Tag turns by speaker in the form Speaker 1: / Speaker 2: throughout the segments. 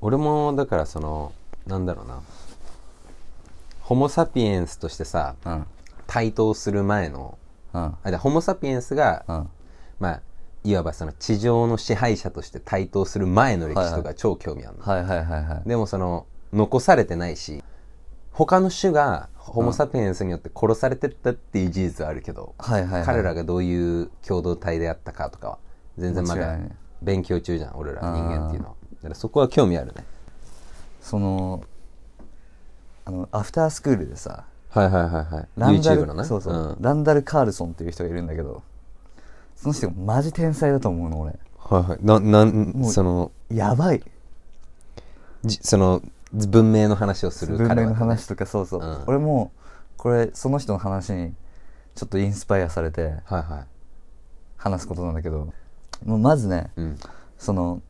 Speaker 1: 俺もだからそのなんだろうなホモ・サピエンスとしてさ
Speaker 2: うん
Speaker 1: 台頭する前の
Speaker 2: うん
Speaker 1: あでホモ・サピエンスが、
Speaker 2: うん
Speaker 1: まあいわばその地上の支配者として台頭する前の歴史とか超興味あるの、
Speaker 2: はいはいはいはい
Speaker 1: でもその残されてないし他の種がホモ・サピエンスによって殺されてったっていう事実はあるけど、
Speaker 2: はいはいはい
Speaker 1: 彼らがどういう共同体であったかとかは全然ま
Speaker 2: 間違
Speaker 1: だ
Speaker 2: いない
Speaker 1: 勉強中じゃん俺ら
Speaker 2: あー
Speaker 1: 人間っていうのはだからそこは興味あるね
Speaker 2: そのあのアフタースクールでさ
Speaker 1: はいはいはいはい
Speaker 2: ランダル
Speaker 1: YouTube のね
Speaker 2: そうそう、
Speaker 1: ん
Speaker 2: ランダル・カールソンっていう人がいるんだけどその人マジ天才だと思うの俺
Speaker 1: はいはいななん
Speaker 2: もう
Speaker 1: その
Speaker 2: やばい
Speaker 1: じその文明の話をする
Speaker 2: 文
Speaker 1: 彼
Speaker 2: 明
Speaker 1: は
Speaker 2: の
Speaker 1: ね
Speaker 2: 話とかそうそう、
Speaker 1: うん
Speaker 2: 俺もこれその人の話にちょっとインスパイアされて
Speaker 1: はいはい
Speaker 2: 話すことなんだけどもうまずね
Speaker 1: うん
Speaker 2: その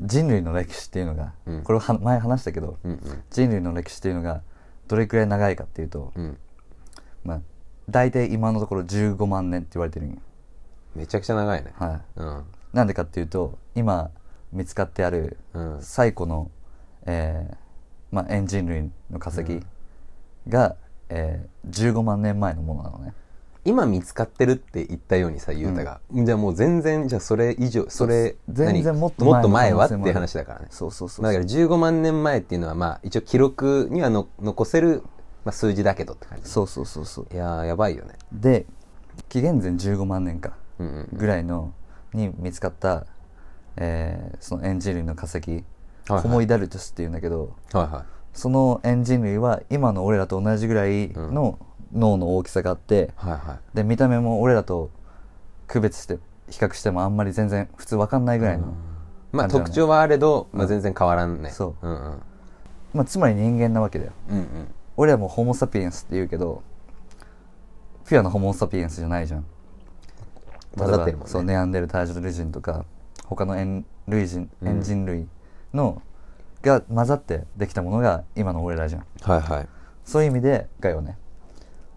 Speaker 2: 人類の歴史っていうのが、
Speaker 1: うん
Speaker 2: これは前話したけど、
Speaker 1: うんうん
Speaker 2: 人類の歴史っていうのがどれくらい長いかっていうと、
Speaker 1: うん
Speaker 2: まあ、大体今のところ15万年って言われてるんよ、
Speaker 1: めちゃくちゃ長いね
Speaker 2: はい、
Speaker 1: うん
Speaker 2: なんでかっていうと今見つかってある
Speaker 1: うん
Speaker 2: 最古の、えーまあ、エンジン類の化石が、えー15万年前のものなのね
Speaker 1: 今見つかってるって言ったようにさ雄太が、じゃあもう全然じゃあそれ以上それ
Speaker 2: 全然
Speaker 1: 何
Speaker 2: もっと前の
Speaker 1: もっと前はっ
Speaker 2: 可
Speaker 1: て
Speaker 2: 能性もある
Speaker 1: いう話だからね
Speaker 2: そうそうそう
Speaker 1: まあだから15万年前っていうのはまあ一応記録にはの残せる、まあ、数字だけどって感じ
Speaker 2: そうそうそうそう
Speaker 1: いやーやばいよね
Speaker 2: で紀元前15万年か
Speaker 1: うんうん
Speaker 2: ぐらいのに見つかった、えーそのエンジン類の化石、
Speaker 1: はい
Speaker 2: ホモイダルトスっていうんだけど
Speaker 1: はいは
Speaker 2: そのエンジン類は今の俺らと同じぐらいの脳の大きさがあって、
Speaker 1: いはいはい
Speaker 2: で見た目も俺らと区別して比較してもあんまり全然普通わかんないぐらいの、
Speaker 1: まあ
Speaker 2: 感じだね
Speaker 1: 特徴はあれど、まあ、全然変わらんね、、
Speaker 2: そう
Speaker 1: うんうん、
Speaker 2: まあ、つまり人間なわけだよ
Speaker 1: うんうん
Speaker 2: 俺らもホモ・サピエンスって言うけどピュアなホモ・サピエンスじゃないじゃん
Speaker 1: 混ざってるもんね
Speaker 2: そうネアンデルタージル人とか他の円類人円人類の、が混ざってできたものが今の俺らじゃん
Speaker 1: はいはい
Speaker 2: そういう意味でがよね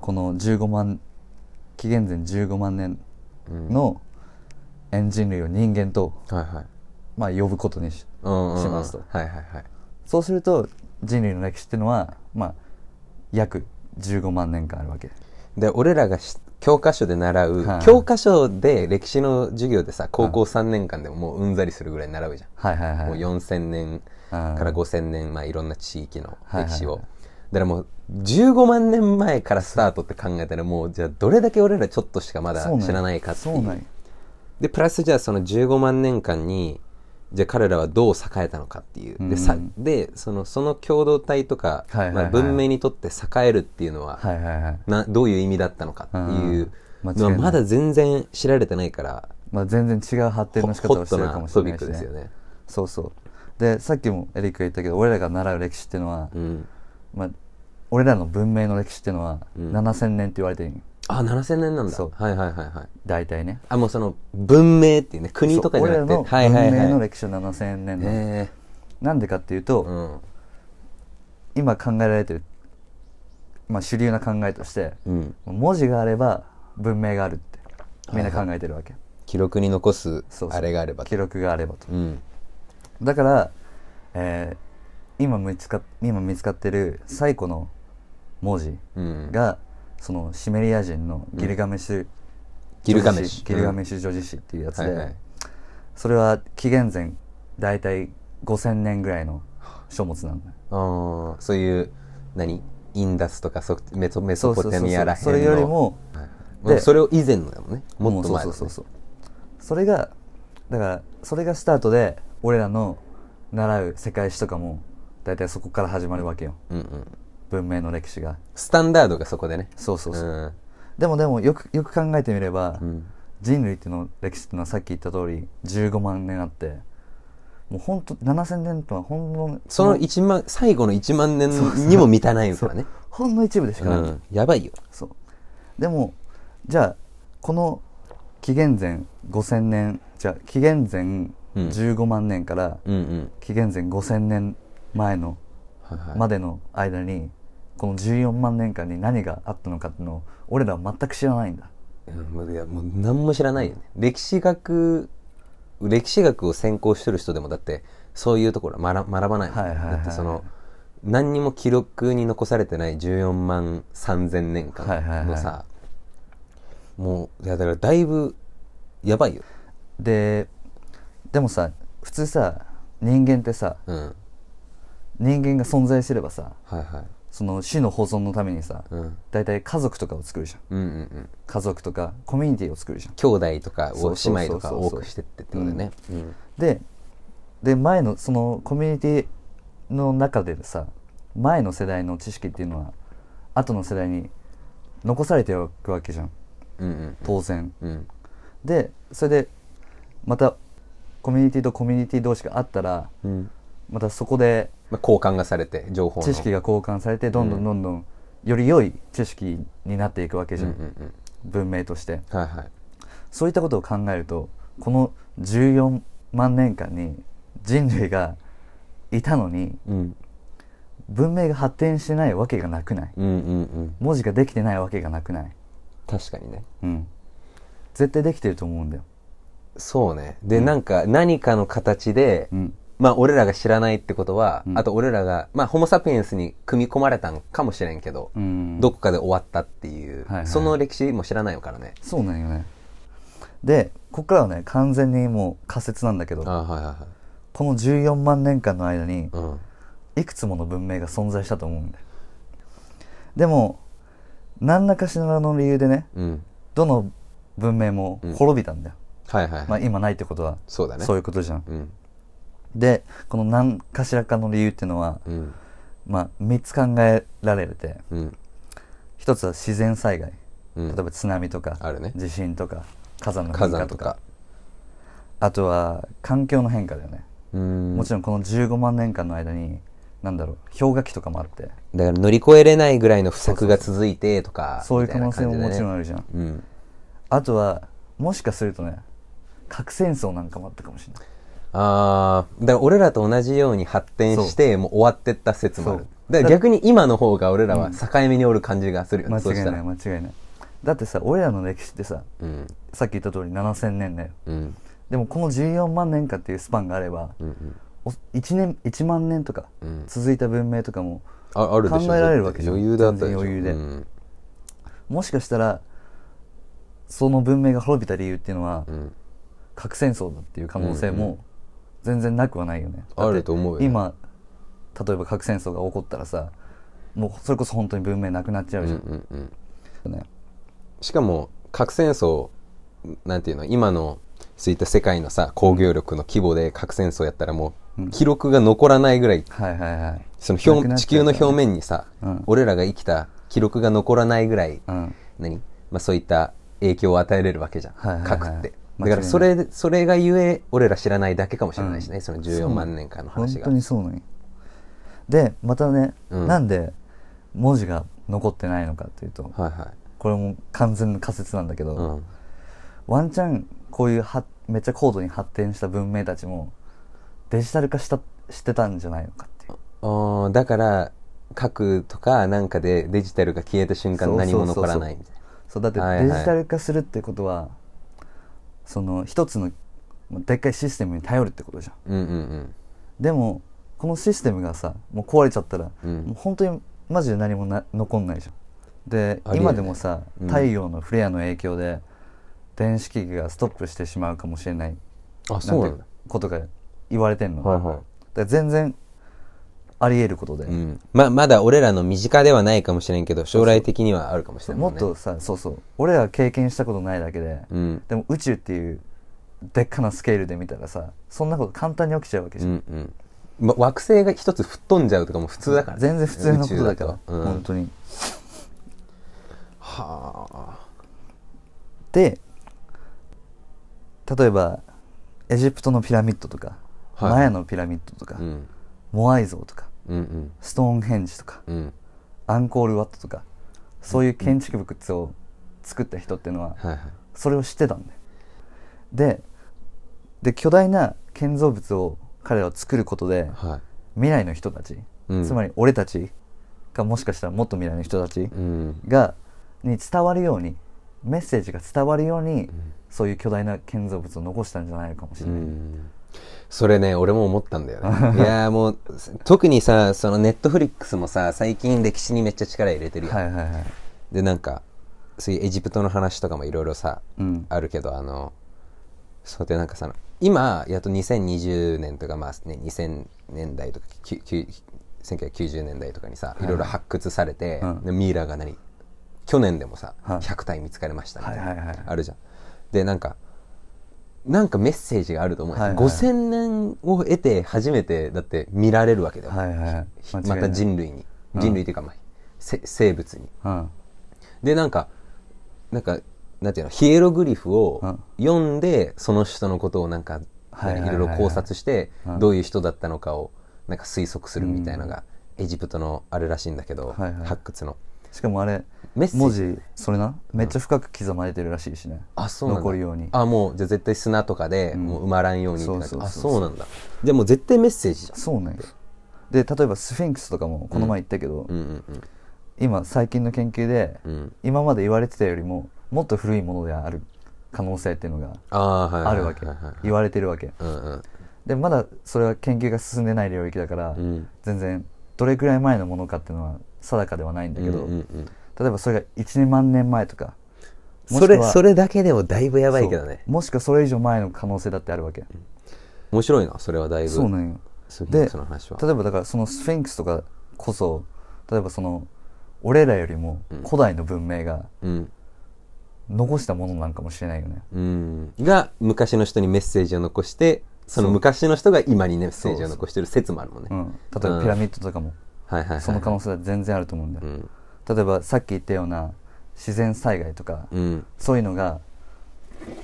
Speaker 2: この15万紀元前15万年のエンジン類を人間と、
Speaker 1: はいはい
Speaker 2: まあ、呼ぶことにし
Speaker 1: うんうんうん
Speaker 2: しますと
Speaker 1: はいはいはい
Speaker 2: そうすると人類の歴史ってのはまあ約15万年間あるわけ
Speaker 1: で俺らがし教科書で習う、
Speaker 2: はい
Speaker 1: 教科書で歴史の授業でさ高校3年間でももううんざりするぐらい習うじゃん、
Speaker 2: はいはいはい
Speaker 1: もう4000年から5000年、まあ、いろんな地域の歴史を、
Speaker 2: はいはいはい
Speaker 1: だからもう15万年前からスタートって考えたらもうじゃあどれだけ俺らちょっとしかまだ
Speaker 2: そうなんや
Speaker 1: 知らないかってい
Speaker 2: そう
Speaker 1: う
Speaker 2: なんや
Speaker 1: でプラスじゃあその15万年間にじゃあ彼らはどう栄えたのかっていう、
Speaker 2: うん
Speaker 1: でさでそのその共同体とか、
Speaker 2: はいはいはい
Speaker 1: まあ、文明にとって栄えるっていうのは、
Speaker 2: はいはいはい
Speaker 1: などういう意味だったのかっていうの
Speaker 2: うん間違い
Speaker 1: は
Speaker 2: ない
Speaker 1: まだ全然知られてないから
Speaker 2: まあ全然違う発展
Speaker 1: ホ
Speaker 2: の仕
Speaker 1: ホ
Speaker 2: 方を
Speaker 1: ッ
Speaker 2: して
Speaker 1: ト
Speaker 2: るか
Speaker 1: な
Speaker 2: もし
Speaker 1: トピ
Speaker 2: れな
Speaker 1: ッ
Speaker 2: いし
Speaker 1: クですよ
Speaker 2: ね
Speaker 1: ね。
Speaker 2: そうそうでさっきもエリックが言ったけど俺らが習う歴史っていうのは、
Speaker 1: うん、
Speaker 2: まあ、俺らの文明の歴史っていうのは7000年って言われてるんよ
Speaker 1: あ7000年なんだ
Speaker 2: そう
Speaker 1: はいはいはいはい
Speaker 2: 大体ね
Speaker 1: あもうその文明っていうね国とかじゃなくて
Speaker 2: そう
Speaker 1: は
Speaker 2: 俺
Speaker 1: い
Speaker 2: らの
Speaker 1: はい
Speaker 2: 文明の
Speaker 1: はい
Speaker 2: 歴史は7000年なの
Speaker 1: へえ
Speaker 2: なんでかっていうと、
Speaker 1: うん
Speaker 2: 今考えられてる、まあ、主流な考えとして、
Speaker 1: うん
Speaker 2: 文字があれば文明があるってみんな考えてるわけ、
Speaker 1: 記録に残す
Speaker 2: そうそう
Speaker 1: あれがあれば
Speaker 2: 記録があればと
Speaker 1: うん
Speaker 2: だから、えー今見つか今見つかってる最古の文字
Speaker 1: うん
Speaker 2: が、そのシメリア人のギルガメッシュ、
Speaker 1: ギルガメッシュ
Speaker 2: 女子ギルガメッシュ女子史っていうやつで、
Speaker 1: はいはい
Speaker 2: それは紀元前大体5000年ぐらいの書物なんだよ
Speaker 1: ああそういう何インダスとかそメソメ
Speaker 2: そ
Speaker 1: ソ
Speaker 2: うそう
Speaker 1: ポ
Speaker 2: そうそ
Speaker 1: テ
Speaker 2: う
Speaker 1: ミアらへんの
Speaker 2: それよりも
Speaker 1: はい
Speaker 2: で
Speaker 1: まあそれを以前のだもんねもっと前
Speaker 2: そ
Speaker 1: の
Speaker 2: う
Speaker 1: ね
Speaker 2: そうそうそうそれがだからそれがスタートで俺らの習う世界史とかも大体そこから始まるわけよ
Speaker 1: うんうん
Speaker 2: 文明の歴史が
Speaker 1: スタンダードがそこでね
Speaker 2: そうそうそう、
Speaker 1: ん
Speaker 2: でもでもよくよく考えてみれば、
Speaker 1: ん
Speaker 2: 人類っていうの歴史っていうのはさっき言った通り15万年あってもうほんと7000年とはほんの
Speaker 1: その一万、最後の1万年にも満たないからね。
Speaker 2: ほんの一部でしか
Speaker 1: う
Speaker 2: ない、
Speaker 1: ん。やばいよ。
Speaker 2: そうでもじゃあこの紀元前5000年じゃあ紀元前15万年から
Speaker 1: うんうん。
Speaker 2: 紀元前5000年前の
Speaker 1: はいはい。
Speaker 2: までの間にこの14万年間に何があったのかっていうのを俺らは全く知らないんだ
Speaker 1: うんもういや、もう何も知らないよね。歴史学、歴史学を専攻してる人でもだって、そういうところは学学ばないもん
Speaker 2: はいはいはい
Speaker 1: だってその何にも記録に残されてない14万3000年間
Speaker 2: はいはいはい
Speaker 1: のさ、もういやだからだいぶやばいよ
Speaker 2: ででもさ普通さ人間ってさ
Speaker 1: うんはい
Speaker 2: 人間が存在すればさ
Speaker 1: はい
Speaker 2: その種の保存のためにさ
Speaker 1: うん
Speaker 2: 大体家族とかを作るじゃん
Speaker 1: うんうんうん
Speaker 2: 家族とかコミュニティを作るじゃん
Speaker 1: 兄弟とか
Speaker 2: そ
Speaker 1: を
Speaker 2: うそうそうそう
Speaker 1: 姉妹とかを多くしてってってことだよねうん
Speaker 2: でで前のそのコミュニティの中でさ前の世代の知識っていうのは後の世代に残されていくわけじゃん
Speaker 1: うん
Speaker 2: 当然
Speaker 1: うんうん
Speaker 2: でそれでまたコミュニティとコミュニティ同士があったら
Speaker 1: うん
Speaker 2: またそこで
Speaker 1: まあ、交換がされて情報の
Speaker 2: 知識が交換されてどんどんどんどんより良い知識になっていくわけじゃ
Speaker 1: うん
Speaker 2: ん、
Speaker 1: うん
Speaker 2: 文明として
Speaker 1: うんはいはい
Speaker 2: そういったことを考えるとこの14万年間に人類がいたのに
Speaker 1: うん
Speaker 2: 文明が発展してないわけがなくない
Speaker 1: うんうんうん
Speaker 2: 文字ができてないわけがなくない
Speaker 1: 確かにね
Speaker 2: うん絶対できてると思うんだよ
Speaker 1: そうねで、なんか何かの形で、
Speaker 2: うん
Speaker 1: まあ俺らが知らないってことは、
Speaker 2: うん
Speaker 1: あと俺らがまあホモ・サピエンスに組み込まれたんかもしれんけど、
Speaker 2: うん
Speaker 1: どこかで終わったっていう、
Speaker 2: はいはい
Speaker 1: その歴史も知らないからね
Speaker 2: そうなんよねでここからはね完全にもう仮説なんだけど
Speaker 1: あはいはいはい
Speaker 2: この14万年間の間に
Speaker 1: うん
Speaker 2: いくつもの文明が存在したと思うんだよでも何らかしらの理由でね
Speaker 1: うん
Speaker 2: どの文明も滅びたんだよ、
Speaker 1: はいはい、
Speaker 2: まあ今ないってことは
Speaker 1: そうだね
Speaker 2: そういうことじゃん、
Speaker 1: うん
Speaker 2: でこの何かしらかの理由っていうのは、
Speaker 1: うん
Speaker 2: まあ3つ考えられて
Speaker 1: うん
Speaker 2: 一つは自然災害、
Speaker 1: うん
Speaker 2: 例えば津波とか
Speaker 1: あるね
Speaker 2: 地震とか火山の
Speaker 1: 火
Speaker 2: 噴火
Speaker 1: 山
Speaker 2: と
Speaker 1: と
Speaker 2: か
Speaker 1: か
Speaker 2: あとは環境の変化だよね、
Speaker 1: うん
Speaker 2: もちろんこの15万年間の間に何だろう氷河期とかもあって
Speaker 1: だから乗り越えれないぐらいの不作が続いてとか
Speaker 2: そういう可能性ももちろん
Speaker 1: ん
Speaker 2: あるじゃん、
Speaker 1: うん
Speaker 2: あとはもしかするとね核戦争なんかもあったかもしれない
Speaker 1: ああ、だから俺らと同じように発展して、もう終わってった説もあ
Speaker 2: そ
Speaker 1: る
Speaker 2: う。
Speaker 1: だから逆に今の方が俺らは境目におる感じがするよね、
Speaker 2: 間
Speaker 1: そう
Speaker 2: 違い
Speaker 1: した
Speaker 2: ない
Speaker 1: ら。
Speaker 2: 間違いないだってさ俺らの歴史ってさ
Speaker 1: うん。
Speaker 2: さっき言った通り7000年だよ
Speaker 1: うん。
Speaker 2: でもこの14万年間っていうスパンがあれば、
Speaker 1: うんうん。
Speaker 2: お1年1万年とか
Speaker 1: うん
Speaker 2: 続いた文明とかも、
Speaker 1: ああるでしょ
Speaker 2: 考えられるわけじゃん
Speaker 1: 余裕だった
Speaker 2: 全然余裕で
Speaker 1: うん。
Speaker 2: もしかしたらその文明が滅びた理由っていうのは、
Speaker 1: うん
Speaker 2: 核戦争だっていう可能性も全然なくはないよね、
Speaker 1: あると思うよね
Speaker 2: 今例えば核戦争が起こったらさもうそれこそ本当に文明なくなっちゃう
Speaker 1: う
Speaker 2: じ
Speaker 1: ん
Speaker 2: ゃ
Speaker 1: うんうん。
Speaker 2: ん、ね
Speaker 1: しかも、核戦争、なんていうの、今の、そういった世界のさ、工業力の規模で核戦争やったらもう、記録が残らないぐらい、
Speaker 2: はいはいはい
Speaker 1: その
Speaker 2: なく
Speaker 1: 表、
Speaker 2: なっ
Speaker 1: 地
Speaker 2: ち
Speaker 1: 球
Speaker 2: ゃうか
Speaker 1: の
Speaker 2: ら
Speaker 1: 表面にさ
Speaker 2: うん、
Speaker 1: 俺らが生きた記録が残らないぐらい、
Speaker 2: うん
Speaker 1: 何、まあ、そういった影響を与えれるわけじゃん、
Speaker 2: はいはいはい
Speaker 1: 核ってだ
Speaker 2: 間違い
Speaker 1: か
Speaker 2: ない
Speaker 1: らそれそれがゆえ俺ら知らないだけかもしれないしね、その14万年間の話
Speaker 2: 本
Speaker 1: が
Speaker 2: 当にそうなんよでまたね、
Speaker 1: うん
Speaker 2: なんで文字が残ってないのかっていうと
Speaker 1: はいはい
Speaker 2: これも完全な仮説なんだけど、
Speaker 1: うん
Speaker 2: ワンチャンこういうはめっちゃ高度に発展した文明たちもデジタル化したしてたんじゃないのかっていう
Speaker 1: あーだから核とかなんかでデジタルが消えた瞬間
Speaker 2: そうそう
Speaker 1: 何
Speaker 2: そう
Speaker 1: も残らないみたいな
Speaker 2: そうだって
Speaker 1: はいはい
Speaker 2: デジタル化するってことは、その一つのまあでっかいシステムに頼るってことじゃん
Speaker 1: うんうん
Speaker 2: でもこのシステムがさもう壊れちゃったら、
Speaker 1: うん
Speaker 2: もう本当にマジで何もな残んないじゃんで
Speaker 1: ありえない
Speaker 2: 今でもさ、
Speaker 1: うん
Speaker 2: 太陽のフレアの影響で電子機器がストップしてしまうかもしれない
Speaker 1: うんあそうな
Speaker 2: なんんて
Speaker 1: だ
Speaker 2: ことが言われてんの、
Speaker 1: はいはい
Speaker 2: だから全然ありえることで、
Speaker 1: うん、ままだ俺らの身近ではないかもしれんけど将来的にはあるかもしれないもん
Speaker 2: もっ
Speaker 1: ね
Speaker 2: とさそうそう俺らが経験したことないだけで、
Speaker 1: うん
Speaker 2: でも宇宙っていうでっかなスケールで見たらさそんなこと簡単に起きちゃうわけじ
Speaker 1: う
Speaker 2: ゃん、
Speaker 1: んうんま、惑星が一つ吹っ飛んじゃうとかも普通だからね、
Speaker 2: 全然普通のことだから
Speaker 1: 宇宙とうん
Speaker 2: 本当に
Speaker 1: は
Speaker 2: で例えばエジプトのピラミッドとか、
Speaker 1: はい
Speaker 2: マヤのピラミッドとか、
Speaker 1: あうん
Speaker 2: モアイ像とか
Speaker 1: うんうん
Speaker 2: ストーンヘンジとか
Speaker 1: うん
Speaker 2: アンコールワットとかそういう建築物を作った人っていうのは、
Speaker 1: はいはい
Speaker 2: それを知ってたんだよでで巨大な建造物を彼らは作ることで
Speaker 1: は
Speaker 2: 未来の人たち、
Speaker 1: うん
Speaker 2: つまり俺たちがもしかしたらもっと未来の人たち
Speaker 1: いうん
Speaker 2: がに伝わるようにメッセージが伝わるように、そういう巨大な建造物を残したんじゃないのかもし
Speaker 1: う
Speaker 2: れない、
Speaker 1: んそれね俺も思ったんだよねい やーもう特にさそのネットフリックスもさ最近歴史にめっちゃ力入れてるやん、
Speaker 2: はいはいはい
Speaker 1: でなんかそういうエジプトの話とかもいろいろさ、
Speaker 2: うん
Speaker 1: あるけどあのそうでなんかさ今やっと2020年とか、まあね、2000年代とかきゅきゅ1990年代とかにさいろいろ発掘されて、
Speaker 2: うん
Speaker 1: でミイラが何去年でもさ、
Speaker 2: はい
Speaker 1: 100体見つかりましたみたいな、
Speaker 2: はいはいはい
Speaker 1: あるじゃん。でなんかなんかメッセージがあると思う、
Speaker 2: はいはい
Speaker 1: 5,000年を経て初めてだって見られるわけだよ、
Speaker 2: はいはいはい間違いな
Speaker 1: ま
Speaker 2: い
Speaker 1: た人類に
Speaker 2: うん
Speaker 1: 人類っていうか、まあ、せ生物に
Speaker 2: うん
Speaker 1: でなんかなんかなんていうのヒエログリフ
Speaker 2: う
Speaker 1: を
Speaker 2: ん
Speaker 1: 読んでその人のことをなんか
Speaker 2: はいはい
Speaker 1: 何
Speaker 2: は
Speaker 1: い
Speaker 2: いはい
Speaker 1: ろいろ考察して
Speaker 2: うん
Speaker 1: どういう人だったのかをなんか推測するみたいなのがエジプトのあれらしいんだけど
Speaker 2: はいはい
Speaker 1: 発掘の
Speaker 2: しかもあれ
Speaker 1: メッセージ
Speaker 2: 文字それなめっちゃ深く刻まれてるらしいしね
Speaker 1: あそうなんだ
Speaker 2: 残るように
Speaker 1: あもうじゃあ絶対砂とかでもう埋まらんようにってなって
Speaker 2: そうそう
Speaker 1: あ
Speaker 2: そうそう
Speaker 1: そうなんだじゃあもう絶対メッセージじゃん
Speaker 2: そうなんよで例えばスフィンクスとかもこの前言ったけど、
Speaker 1: うんうんうん
Speaker 2: 今最近の研究で、
Speaker 1: うん
Speaker 2: 今まで言われてたよりももっと古いものである可能性っていうのが
Speaker 1: ああはいはい
Speaker 2: あるわけ、
Speaker 1: はいはい
Speaker 2: 言われてるわけ
Speaker 1: うんうん
Speaker 2: でまだそれは研究が進んでない領域だから、
Speaker 1: うん
Speaker 2: 全然どれくらい前のものかっていうのは定かではないんだけど、
Speaker 1: うんうんうん
Speaker 2: 例えばそれが1万年前とかもし
Speaker 1: そ
Speaker 2: く
Speaker 1: れ
Speaker 2: は
Speaker 1: それだけでもだいぶやばいけどね
Speaker 2: そうもしくはそれ以上前の可能性だってあるわけ、
Speaker 1: 面白いなそれはだいぶ
Speaker 2: そうなんよ
Speaker 1: スフィンク
Speaker 2: で
Speaker 1: スの話は
Speaker 2: 例えばだからそのスフィンクスとかこそ例えばその俺らよりも古代の文明が
Speaker 1: うん
Speaker 2: 残したものなんかもしれないよね、
Speaker 1: うん、が昔の人にメッセージを残してその昔の人が今にねメッセージを残してる説もあるもんね、
Speaker 2: うん、例えばピラミッドとかも
Speaker 1: はいはいはい
Speaker 2: その可能性は全然あると思うんだよ、
Speaker 1: うん
Speaker 2: 例えばさっき言ったような自然災害とか、
Speaker 1: うん
Speaker 2: そういうのが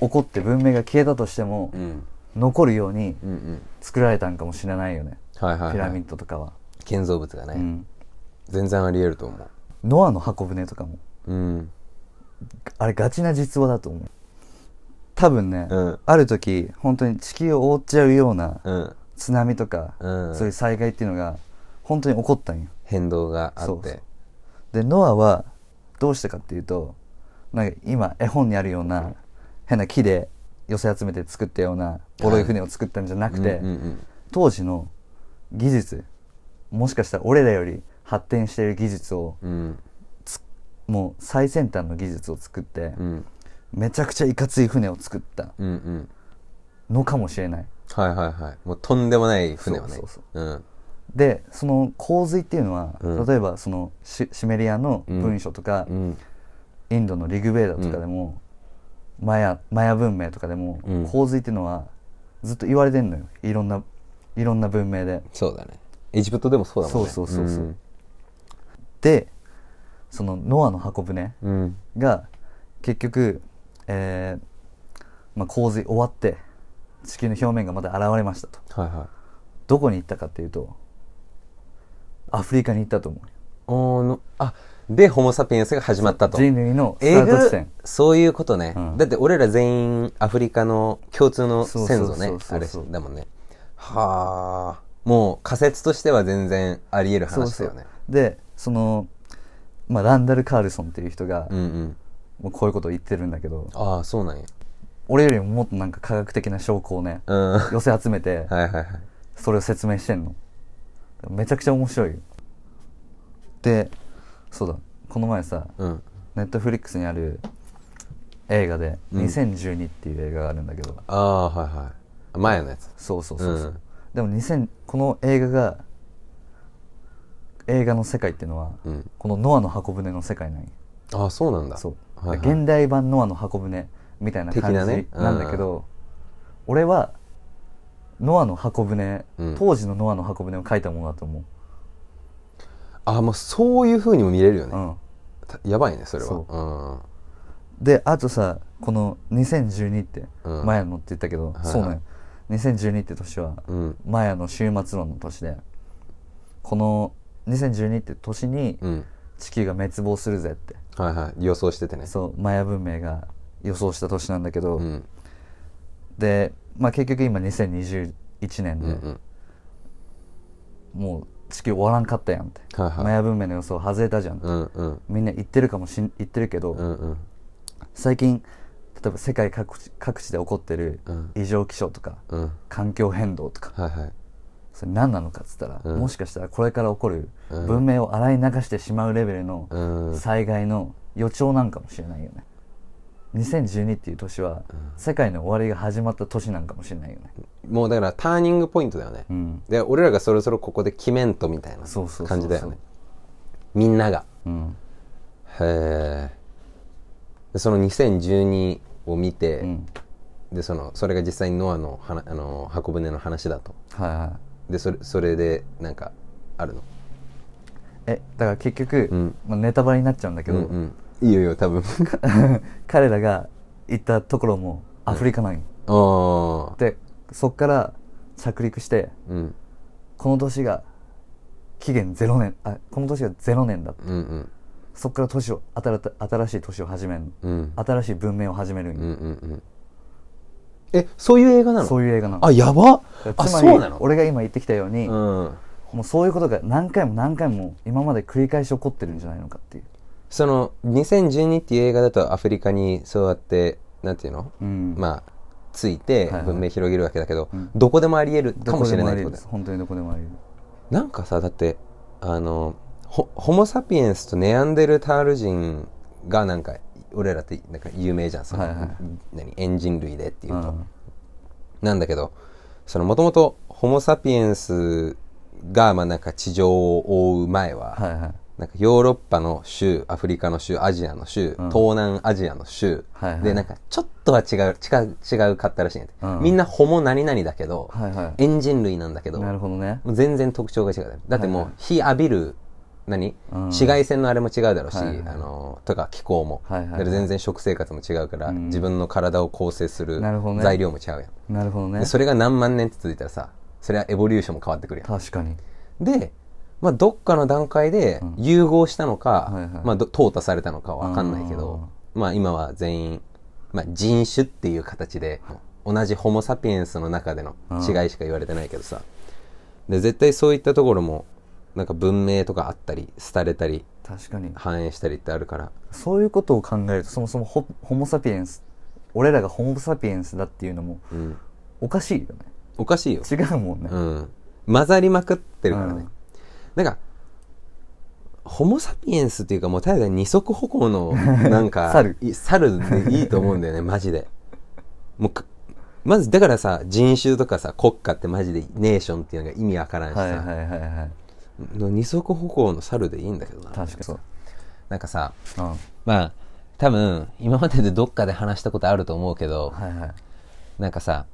Speaker 2: 起こって文明が消えたとしても、
Speaker 1: うん
Speaker 2: 残るように
Speaker 1: うんうん
Speaker 2: 作られたんかもしれないよね、
Speaker 1: はいはい、
Speaker 2: ピラミ
Speaker 1: はい、
Speaker 2: ッドとかは、
Speaker 1: 建造物がね、
Speaker 2: うん、
Speaker 1: 全然あり得ると思
Speaker 2: ノアの箱舟とかも
Speaker 1: ううん
Speaker 2: あれガチな実話だと思う多分ね、
Speaker 1: うん
Speaker 2: ある時本当に地球を覆っちゃうような
Speaker 1: うん
Speaker 2: 津波とか、
Speaker 1: うん
Speaker 2: そういう災害っていうのが本当に起こったんよ
Speaker 1: 変動があって
Speaker 2: そうそうでノアはどうしたかっていうとなんか今絵本にあるような変な木で寄せ集めて作ったようなボロい船を作ったんじゃなくて、
Speaker 1: うんうん
Speaker 2: 当時の技術もしかしたら俺らより発展している技術を
Speaker 1: うんうん
Speaker 2: もう最先端の技術を作って、
Speaker 1: うん
Speaker 2: めちゃくちゃいかつい船を作った
Speaker 1: うんうん
Speaker 2: のかもしれない
Speaker 1: はいはいはいもうとんでもない船はね
Speaker 2: そうそう
Speaker 1: うん
Speaker 2: でその洪水っていうのは、
Speaker 1: うん
Speaker 2: 例えばそのシシベリアの文書とか、
Speaker 1: うん
Speaker 2: インドのリグベーダとかでも、マヤマヤ文明とかでも、
Speaker 1: うん
Speaker 2: 洪水っていうのはずっと言われてんのよいろんないろんな文明で
Speaker 1: そうだねエジプトでもそうだもんね
Speaker 2: そうそうそうそうでそのノアの箱舟
Speaker 1: うん、うん
Speaker 2: が結局、えーまあ、洪水終わって地球の表面がまた現れましたと
Speaker 1: はいはい
Speaker 2: どこに行ったかっていうとアフリカに行ったと思う
Speaker 1: おーのあでホモ・サピエンスが始まったと
Speaker 2: 人類のス
Speaker 1: え
Speaker 2: ター
Speaker 1: ぐ
Speaker 2: ト地点
Speaker 1: そういうことね、
Speaker 2: うん
Speaker 1: だって俺ら全員アフリカの共通の
Speaker 2: そう
Speaker 1: 先
Speaker 2: そうそう
Speaker 1: 祖ね
Speaker 2: そ
Speaker 1: あ
Speaker 2: う
Speaker 1: れ
Speaker 2: そう
Speaker 1: だもんねはあもう仮説としては全然あり得る話だよね
Speaker 2: でその、まあ、ランダル・カールソンっていう人が、
Speaker 1: うんうん
Speaker 2: もうこういうことを言ってるんだけど
Speaker 1: ああそうなんや
Speaker 2: 俺よりももっとなんか科学的な証拠をね
Speaker 1: うん はい
Speaker 2: 寄せ集めて
Speaker 1: はいはい
Speaker 2: それを説明してんのめちゃくちゃ面白いよでそうだこの前さ
Speaker 1: うん
Speaker 2: ネットフリックスにある映画で「
Speaker 1: うん
Speaker 2: 2012」っていう映画があるんだけど、
Speaker 1: ああはいはい前のやつ
Speaker 2: そうそうそうそう、
Speaker 1: うん
Speaker 2: でも2000この映画が映画の世界っていうのは、
Speaker 1: うん
Speaker 2: この「ノアの箱舟」の世界なんよ
Speaker 1: ああそうなんだ
Speaker 2: そう、
Speaker 1: はいはい
Speaker 2: 現代版「ノアの箱舟」みたいな感
Speaker 1: 的なね
Speaker 2: じなんだけど、俺はノアの箱舟、
Speaker 1: うん
Speaker 2: 当時のノアの箱舟を書いたものだと思う、
Speaker 1: ああもうそういうふうにも見れるよ
Speaker 2: う
Speaker 1: ね、
Speaker 2: ん、
Speaker 1: たやばいねそれは
Speaker 2: そう
Speaker 1: う
Speaker 2: であとさこの2012って
Speaker 1: うん
Speaker 2: マヤのって言ったけど、
Speaker 1: はい
Speaker 2: そうなんよ2012って年は
Speaker 1: んうん
Speaker 2: マヤの終末論の年でこの2012って年に
Speaker 1: うん
Speaker 2: 地球が滅亡するぜって、
Speaker 1: はいはい予想しててね
Speaker 2: そうマヤ文明が予想した年なんだけど、
Speaker 1: うん
Speaker 2: で、まあ、結局今2021年で、
Speaker 1: うんうん
Speaker 2: もう地球終わらんかったやんって、
Speaker 1: はいはい
Speaker 2: マヤ文明の予想外れたじゃんって、
Speaker 1: うんうん
Speaker 2: みんな言ってるかもしん言ってるけど、
Speaker 1: うんうん
Speaker 2: 最近例えば世界各地各地で起こってる
Speaker 1: うん
Speaker 2: 異常気象とか
Speaker 1: うん
Speaker 2: 環境変動とか
Speaker 1: はいはい
Speaker 2: それ何なのかっつったら、
Speaker 1: うん
Speaker 2: もしかしたらこれから起こる
Speaker 1: うん
Speaker 2: 文明を洗い流してしまうレベルの
Speaker 1: うん
Speaker 2: 災害の予兆なんかもしれないよね2012っていう年は世界の終わりが始まった年なんかもしれないよね
Speaker 1: もうだからターニングポイントだよね、
Speaker 2: うん
Speaker 1: で俺らがそろそろここで決めんとみたいな
Speaker 2: そうそうそうそう
Speaker 1: 感じだよねみんなが
Speaker 2: うん
Speaker 1: へえでその2012を見て、
Speaker 2: うん
Speaker 1: でそのそれが実際にノアのはなあの箱舟の話だと
Speaker 2: はいは
Speaker 1: でそれそれでなんかあるの
Speaker 2: いえだから結局、
Speaker 1: うん
Speaker 2: まあ、ネタバレになっちゃうんだけ
Speaker 1: う
Speaker 2: ど、
Speaker 1: んうんいいよいいよ多分
Speaker 2: 彼らが行ったところもアフリカなんよ、
Speaker 1: ああ
Speaker 2: でそっから着陸して
Speaker 1: うん
Speaker 2: この年が期限0年あこの年が0年だって
Speaker 1: うんうん
Speaker 2: そっから年を新た新しい年を始めるの、
Speaker 1: うん
Speaker 2: 新しい文明を始めるんよ
Speaker 1: うんうんうんえそういう映画なの
Speaker 2: そういう映画なの
Speaker 1: あやば
Speaker 2: だから
Speaker 1: あ
Speaker 2: つま
Speaker 1: そうな
Speaker 2: り
Speaker 1: の
Speaker 2: 俺が今言ってきたように、
Speaker 1: うん
Speaker 2: もうそういうことが何回も何回も今まで繰り返し起こってるんじゃないのかっていう
Speaker 1: その2012っていう映画だとアフリカにそうやってなんていうの、
Speaker 2: うん
Speaker 1: まあついて
Speaker 2: はいはい
Speaker 1: 文明広げるわけだけど、
Speaker 2: うん
Speaker 1: どこでもあり得るかもしれないっ
Speaker 2: どこでもあり
Speaker 1: て
Speaker 2: え
Speaker 1: ことだ
Speaker 2: るです
Speaker 1: よ
Speaker 2: 本当にどこでもありえる
Speaker 1: なんかさだってあのホホモ・サピエンスとネアンデルタール人がなんか俺らってなんか有名じゃんその、
Speaker 2: はいはい
Speaker 1: 何エンジン類でっていうと、
Speaker 2: うん
Speaker 1: なんだけどそのもともとホモ・サピエンスがまあなんか地上を覆う前は、
Speaker 2: はいはい
Speaker 1: なんかヨーロッパの州アフリカの州アジアの州、
Speaker 2: うん
Speaker 1: 東南アジアの州、
Speaker 2: はいはい
Speaker 1: でなんかちょっとは違う違う違うかったらしいんやて、
Speaker 2: うん
Speaker 1: みんなホモ何々だけど、
Speaker 2: はいはい
Speaker 1: エンジン類なんだけど
Speaker 2: なるほどね
Speaker 1: もう全然特徴が違うだってもう日浴びる何、
Speaker 2: うん
Speaker 1: 紫外線のあれも違うだろうし、
Speaker 2: はいはい
Speaker 1: あのとか気候も、
Speaker 2: はいはいは
Speaker 1: だ
Speaker 2: い
Speaker 1: から全然食生活も違うから、
Speaker 2: うん
Speaker 1: 自分の体を構成する
Speaker 2: なるほどね
Speaker 1: 材料も違うやん、
Speaker 2: なるほどね
Speaker 1: でそれが何万年って続いたらさそれはエボリューションも変わってくるやん
Speaker 2: 確かに
Speaker 1: で、まあ、どっかの段階で
Speaker 2: うん
Speaker 1: 融合したのか、
Speaker 2: はいはい
Speaker 1: まあ、ど淘汰されたのかわかんないけど、まあ、今は全員、まあ、人種っていう形で同じホモ・サピエンスの中での違いしか言われてないけどさで絶対そういったところもなんか文明とかあったり廃れたり
Speaker 2: 確かに
Speaker 1: 反映したりってあるから
Speaker 2: そういうことを考えるとそもそもホホモ・サピエンス俺らがホモ・サピエンスだっていうのも
Speaker 1: うん
Speaker 2: おかしいよね
Speaker 1: おかしいよ、
Speaker 2: 違うもんね、
Speaker 1: うん、混ざりまくってるからね、
Speaker 2: うん
Speaker 1: なんかホモ・サピエンスっていうかもうただ単に二足歩行 のなんか
Speaker 2: 猿
Speaker 1: い猿でいいと思うんだ よねマジでもうかまずだからさ人種とかさ国家ってマジでネーションっていうのが意味わからんしさ、
Speaker 2: はいはいはいはい
Speaker 1: の二足歩行の猿でいいんだけどな
Speaker 2: 確かにそう、
Speaker 1: なんかさ
Speaker 2: うん、は
Speaker 1: まあ多分今まででどっかで話したことあると思うけど、
Speaker 2: いはい
Speaker 1: なんかさ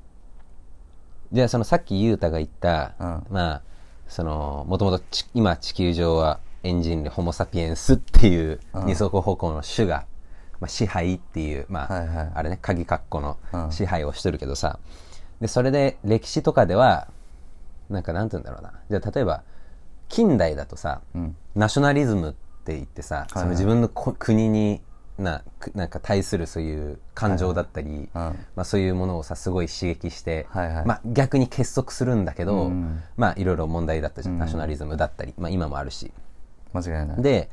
Speaker 1: じゃあそのさっき雄太が言った、
Speaker 2: うん
Speaker 1: まあそのもともとち今地球上はエンジンでホモ・サピエンスっていう
Speaker 2: うん
Speaker 1: 二足歩行の種が、まあ、支配っていう、まあ
Speaker 2: はいはい
Speaker 1: あれね鍵括弧の
Speaker 2: うん
Speaker 1: 支配をしとるけどさ、でそれで歴史とかではなんかなんて言うんだろうなじゃあ例えば近代だとさ、
Speaker 2: うん
Speaker 1: ナショナリズムって言ってさ、
Speaker 2: はい
Speaker 1: その自分のこ国になくなんか対するそういう感情だったり、
Speaker 2: はい
Speaker 1: まあ、そういうものをさすごい刺激して、
Speaker 2: はいはい
Speaker 1: まあ、逆に結束するんだけど、
Speaker 2: うん
Speaker 1: まあいろいろ問題だったじゃん、
Speaker 2: うん
Speaker 1: ナショナリズムだったり、まあ、今もあるし
Speaker 2: 間違いない
Speaker 1: で、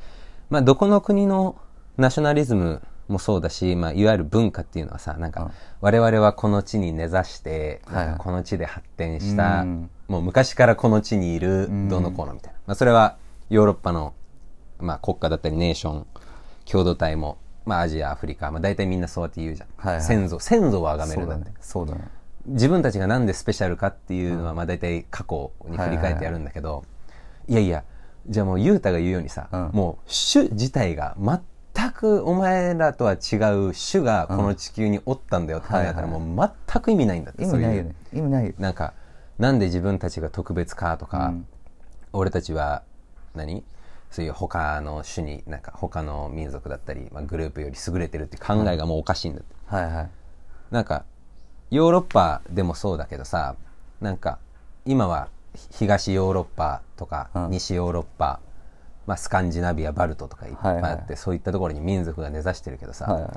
Speaker 1: まあ、どこの国のナショナリズムもそうだし、まあ、いわゆる文化っていうのはさなん
Speaker 2: うん
Speaker 1: か我々はこの地に根ざして、
Speaker 2: はい
Speaker 1: なんかこの地で発展した、
Speaker 2: うん
Speaker 1: もう昔からこの地にいる
Speaker 2: ん
Speaker 1: どうのこうのみたいな、まあ、それはヨーロッパの、まあ、国家だったりネーション共同体も、まあ、アジアアフリカ、まあ、大体みんなそうやって言うじゃん、
Speaker 2: はいはい
Speaker 1: 先祖先祖を崇め
Speaker 2: そ
Speaker 1: る
Speaker 2: うん
Speaker 1: だ
Speaker 2: だ
Speaker 1: って
Speaker 2: ねそうだね
Speaker 1: 自分たちがなんでスペシャルかっていうのは、まあ大体過去に振り返ってやるんだけど、いやいやじゃあもう雄太が言うようにさ、
Speaker 2: うん
Speaker 1: もう種自体が全くお前らとは違う種がこの地球におったんだよって考えたら
Speaker 2: うんはいは
Speaker 1: もう全く意味ないんだって
Speaker 2: 意味ない
Speaker 1: そうい
Speaker 2: よ
Speaker 1: う
Speaker 2: ね意味ないよ
Speaker 1: なんかなんで自分たちが特別かとか、
Speaker 2: うん
Speaker 1: 俺たちは何そういう他の種になんか他の民族だったり、まあ、グループより優れてるって考えがもうおかしいんだって。
Speaker 2: はいはい
Speaker 1: なんかヨーロッパでもそうだけどさなんか今は東ヨーロッパとか
Speaker 2: うん
Speaker 1: 西ヨーロッパ、まあ、スカンジナビアバルトとかいっぱいあって、
Speaker 2: はいはい
Speaker 1: そういったところに民族が根ざしてるけどさ、
Speaker 2: はいはい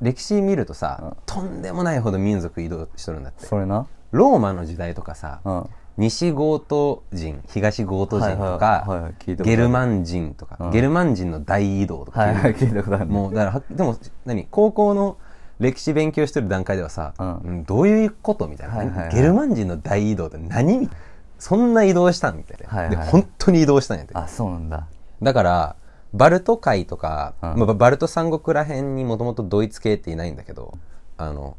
Speaker 1: 歴史見るとさ、
Speaker 2: うん
Speaker 1: とんでもないほど民族移動しとるんだって
Speaker 2: それな
Speaker 1: ローマの時代とかさ、
Speaker 2: うん
Speaker 1: 西ゴート人東ゴート人とか、
Speaker 2: はいはいはいはい聞いたことある
Speaker 1: ゲルマン人とか、
Speaker 2: うん
Speaker 1: ゲルマン人の大移動とか
Speaker 2: は
Speaker 1: 聞い
Speaker 2: い
Speaker 1: たことある
Speaker 2: はい聞いたことあるね
Speaker 1: もうだからはでも何高校の歴史勉強してる段階ではさ、
Speaker 2: うん
Speaker 1: うんどういうことみたいな、
Speaker 2: はいはいはい
Speaker 1: ゲルマン人の大移動って何みたいなそんな移動したんみたいな、
Speaker 2: はいはいはい
Speaker 1: で本当に移動したんやって
Speaker 2: あそうなんだ
Speaker 1: だからバルト海とか、
Speaker 2: うん
Speaker 1: まあ、バルト三国ら辺にもともとドイツ系っていないんだけどあの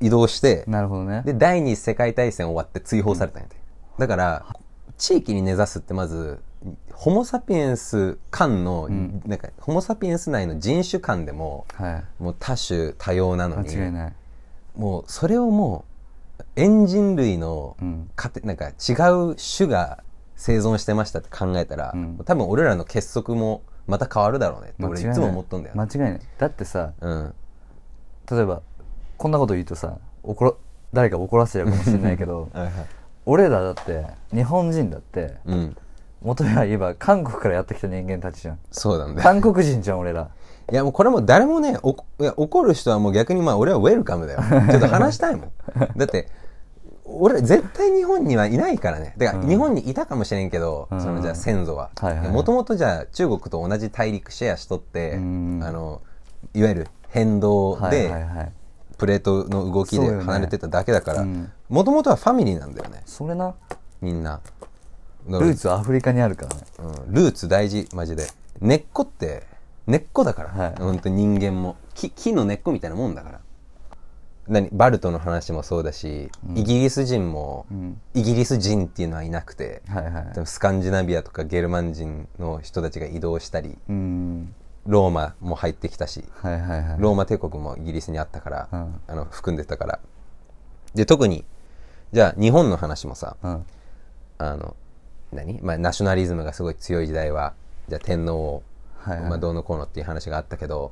Speaker 1: 移動して
Speaker 2: なるほどね
Speaker 1: で第二次世界大戦終わって追放されたんやて、だから地域に根ざすってまずホモ・サピエンス間の、
Speaker 2: ん
Speaker 1: なんかホモ・サピエンス内の人種間でも
Speaker 2: はい
Speaker 1: もう多種多様なのに
Speaker 2: 間違いない
Speaker 1: もうそれをもうエンジン類の、
Speaker 2: うん
Speaker 1: かてなんか違う種が生存してましたって考えたら、
Speaker 2: うん
Speaker 1: 多分俺らの結束もまた変わるだろうねって俺い
Speaker 2: 間違な
Speaker 1: つも思っとんだよ、
Speaker 2: 間違いないだってさ
Speaker 1: うん
Speaker 2: 例えばこんなこと言うとさ怒ら誰か怒らせちゃうかもしれない けど
Speaker 1: はいはい
Speaker 2: 俺らだって日本人だって
Speaker 1: うん
Speaker 2: 元は言えば韓国からやってきた人間たちじゃん
Speaker 1: そうなんだよ
Speaker 2: 韓国人じゃん俺ら
Speaker 1: いやもうこれも誰もねおこいや怒る人はもう逆にまあ俺はウェルカムだよちょっと話したい もんだって俺絶対日本にはいないからねてか日本にいたかもしれんけど、
Speaker 2: うん
Speaker 1: そのじゃあ先祖は
Speaker 2: はいはい
Speaker 1: もともとじゃあ中国と同じ大陸シェアしとって、
Speaker 2: うん
Speaker 1: あのいわゆる変動
Speaker 2: はい
Speaker 1: で、
Speaker 2: はいはい
Speaker 1: プレートの動き
Speaker 2: そう
Speaker 1: で
Speaker 2: よね
Speaker 1: 離れてただけだから
Speaker 2: うん
Speaker 1: もともとはファミリーなんだよね
Speaker 2: それな
Speaker 1: みんなだから
Speaker 2: ルーツはアフリカにあるからね
Speaker 1: うんルーツ大事マジで根っこって根っこだから、
Speaker 2: はい
Speaker 1: 本当に人間も木木の根っこみたいなもんだから何バルトの話もそうだし、イギリス人も、
Speaker 2: ん
Speaker 1: イギリス人っていうのはいなくて、
Speaker 2: はいはい
Speaker 1: でもスカンジナビアとかゲルマン人の人たちが移動したり
Speaker 2: うん
Speaker 1: ローマも入ってきたし、
Speaker 2: はいはいはい
Speaker 1: ローマ帝国もイギリスにあったから、
Speaker 2: うん
Speaker 1: あの含んでたからで特にじゃあ日本の話もさ
Speaker 2: うん
Speaker 1: あの何、まあ、ナショナリズムがすごい強い時代はじゃあ天皇を、
Speaker 2: はいはい
Speaker 1: まあ、どうのこうのっていう話があったけど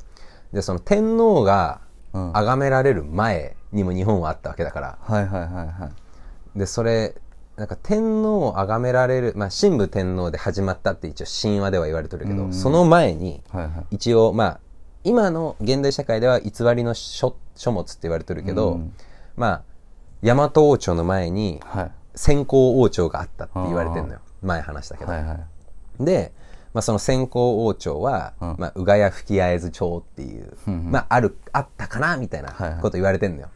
Speaker 1: でその天皇が
Speaker 2: うん
Speaker 1: 崇められる前にも日本はあったわけだから
Speaker 2: はいはいはいはい
Speaker 1: でそれなんか天皇を崇められる、まあ、神武天皇で始まったって一応神話では言われてるけど、
Speaker 2: うん
Speaker 1: その前に
Speaker 2: はいはい
Speaker 1: 一応まあ今の現代社会では偽りの書書物って言われてるけど、
Speaker 2: うん
Speaker 1: まあ大和王朝の前に
Speaker 2: はい
Speaker 1: 先行王朝があったって言われてるのよ前話したけど、
Speaker 2: はいはい
Speaker 1: で、まあ、その先行王朝は、
Speaker 2: うん
Speaker 1: まあ、うがや吹き合えず町っていう、
Speaker 2: うんうん
Speaker 1: まあ、あるあったかなみたいな
Speaker 2: はいはい
Speaker 1: こと言われてんのよ、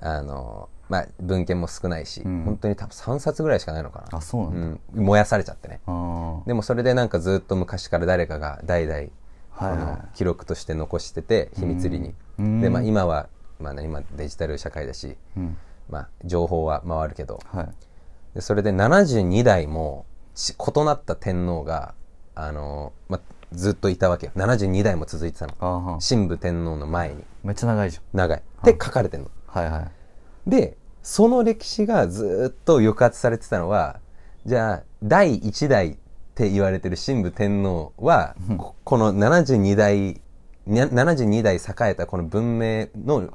Speaker 1: あのまあ文献も少ないし、
Speaker 2: ん
Speaker 1: 本当に多分3冊ぐらいしかないのかな
Speaker 2: あそうなんだ
Speaker 1: うん燃やされちゃってね
Speaker 2: あー
Speaker 1: でもそれでなんかずっと昔から誰かが代々、
Speaker 2: はいはい
Speaker 1: あの記録として残してて秘密裏に、
Speaker 2: うん
Speaker 1: で、まあ、今は、まあね、今デジタル社会だし、
Speaker 2: うん
Speaker 1: まあ、情報は回るけど、
Speaker 2: はい
Speaker 1: でそれで72代もち異なった天皇が、あのま、ずっといたわけよ72代も続いてたの
Speaker 2: あーはん
Speaker 1: 神武天皇の前に
Speaker 2: めっちゃ長いじ
Speaker 1: 長いって書かれてんの
Speaker 2: ゃんはいはい
Speaker 1: でその歴史がずっと抑圧されてたのはじゃあ第1代って言われてる神武天皇はここの72代にゃ72代栄えたこの文明の、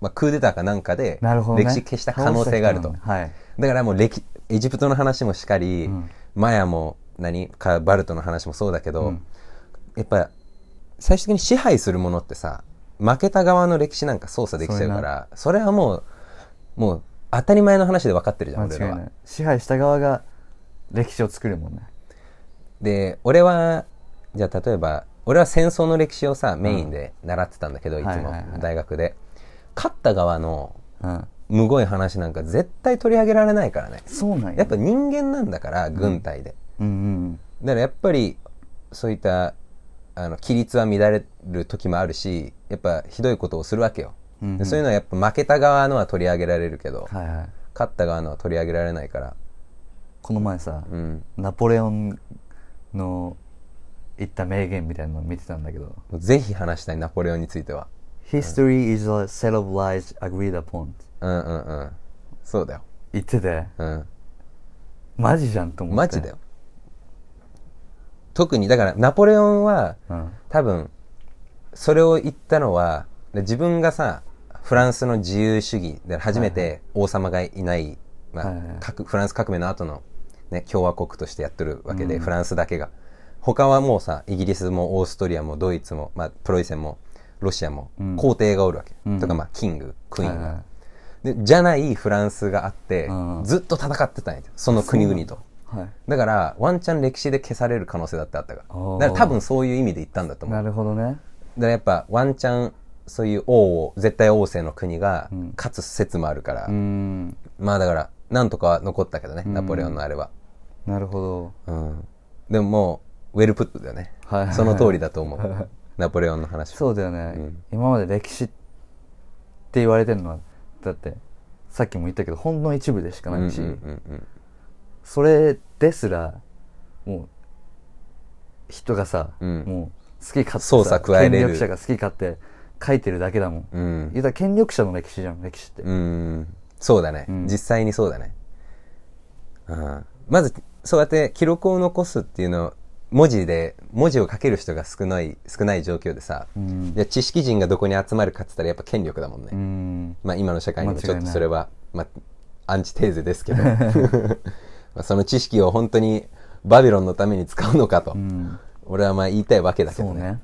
Speaker 1: まあ、クーデターかなんかで
Speaker 2: なるほどね
Speaker 1: 歴史消した可能性があると。
Speaker 2: はい
Speaker 1: だからもう歴エジプトの話もしかり、
Speaker 2: ん
Speaker 1: マヤも何かバルトの話もそうだけど、
Speaker 2: ん
Speaker 1: やっぱ最終的に支配するものってさ負けた側の歴史なんか操作できちゃうからそれはもうもう当たり前の話で分かってるじゃん
Speaker 2: 間
Speaker 1: 俺
Speaker 2: 違い
Speaker 1: ら
Speaker 2: な。
Speaker 1: はい
Speaker 2: 支配した側が歴史を作るもんね
Speaker 1: で俺はじゃあ例えば俺は戦争の歴史をさメインで習ってたんだけど、いつ
Speaker 2: はい
Speaker 1: も
Speaker 2: はいはい
Speaker 1: 大学で勝った側の
Speaker 2: うん
Speaker 1: むごい話なんか絶対取り上げられないからね
Speaker 2: そうなんや
Speaker 1: やっぱ人間なんだから軍隊で。
Speaker 2: うんうん
Speaker 1: だからやっぱりそういったあの規律は乱れる時もあるしやっぱひどいことをするわけよ、
Speaker 2: うんうん
Speaker 1: でそういうのはやっぱ負けた側のは取り上げられるけど、
Speaker 2: はいはい
Speaker 1: 勝った側のは取り上げられないから
Speaker 2: この前さ
Speaker 1: うん
Speaker 2: ナポレオンの言った名言みたいなのを見てたんだけど
Speaker 1: もうぜひ話したいナポレオンについては
Speaker 2: History is a set of lies agreed upon って
Speaker 1: うんうんうんそうだよ
Speaker 2: 言ってて
Speaker 1: うん
Speaker 2: マジじゃんと思って
Speaker 1: マジだよ特にだからナポレオンは
Speaker 2: うん
Speaker 1: 多分それを言ったのはで自分がさフランスの自由主義で初めて王様がいない、まあ
Speaker 2: はいはい
Speaker 1: かくフランス革命の後の、ね、共和国としてやってるわけで、フランスだけが他はもうさイギリスもオーストリアもドイツも、まあ、プロイセンもロシアも
Speaker 2: うん
Speaker 1: 皇帝がおるわけ、
Speaker 2: うん
Speaker 1: とか、まあ、キングクイーンが、
Speaker 2: はいはい
Speaker 1: でじゃないフランスがあって、
Speaker 2: うん
Speaker 1: ずっと戦ってたんやてその国々と。
Speaker 2: はい
Speaker 1: だからワンチャン歴史で消される可能性だってあったから
Speaker 2: おー
Speaker 1: だから多分そういう意味で言ったんだと思う
Speaker 2: なるほどね
Speaker 1: だからやっぱワンチャンそういう王を絶対王政の国が
Speaker 2: うん
Speaker 1: 勝つ説もあるから、
Speaker 2: うん
Speaker 1: まあだからなんとかは残ったけどね、
Speaker 2: うん
Speaker 1: ナポレオンのあれは、
Speaker 2: なるほど
Speaker 1: うん、でももうウェルプットだよね
Speaker 2: はい
Speaker 1: その通りだと思 うナポレオンの話は
Speaker 2: そうだよね、
Speaker 1: うん
Speaker 2: 今まで歴史って言われてるのはだってさっきも言ったけどほんの一部でしか
Speaker 1: う
Speaker 2: なん
Speaker 1: うん
Speaker 2: いし、
Speaker 1: うん
Speaker 2: それですらもう人がさ、
Speaker 1: うん
Speaker 2: もう好き勝手
Speaker 1: 操作加えれる
Speaker 2: 権力者が好き勝手書いてるだけだもん、
Speaker 1: うんうん
Speaker 2: 言うたら権力者の歴史じゃん歴史って、
Speaker 1: うんそうだね、
Speaker 2: うん
Speaker 1: 実際にそうだね、うん、まずそうやって記録を残すっていうのは文字で文字を書ける人が少ない少ない状況でさ、
Speaker 2: うん
Speaker 1: じゃあ知識人がどこに集まるかっつったらやっぱ権力だもんね、
Speaker 2: うん
Speaker 1: まあ今の社会にもちょっ
Speaker 2: 間違い
Speaker 1: と
Speaker 2: ない
Speaker 1: それはまあアンチテーゼですけど まあその知識を本当にバビロンのために使うのかと、
Speaker 2: うん
Speaker 1: 俺はまあ言いたいわけだけ
Speaker 2: そ
Speaker 1: ど
Speaker 2: う
Speaker 1: ね
Speaker 2: ね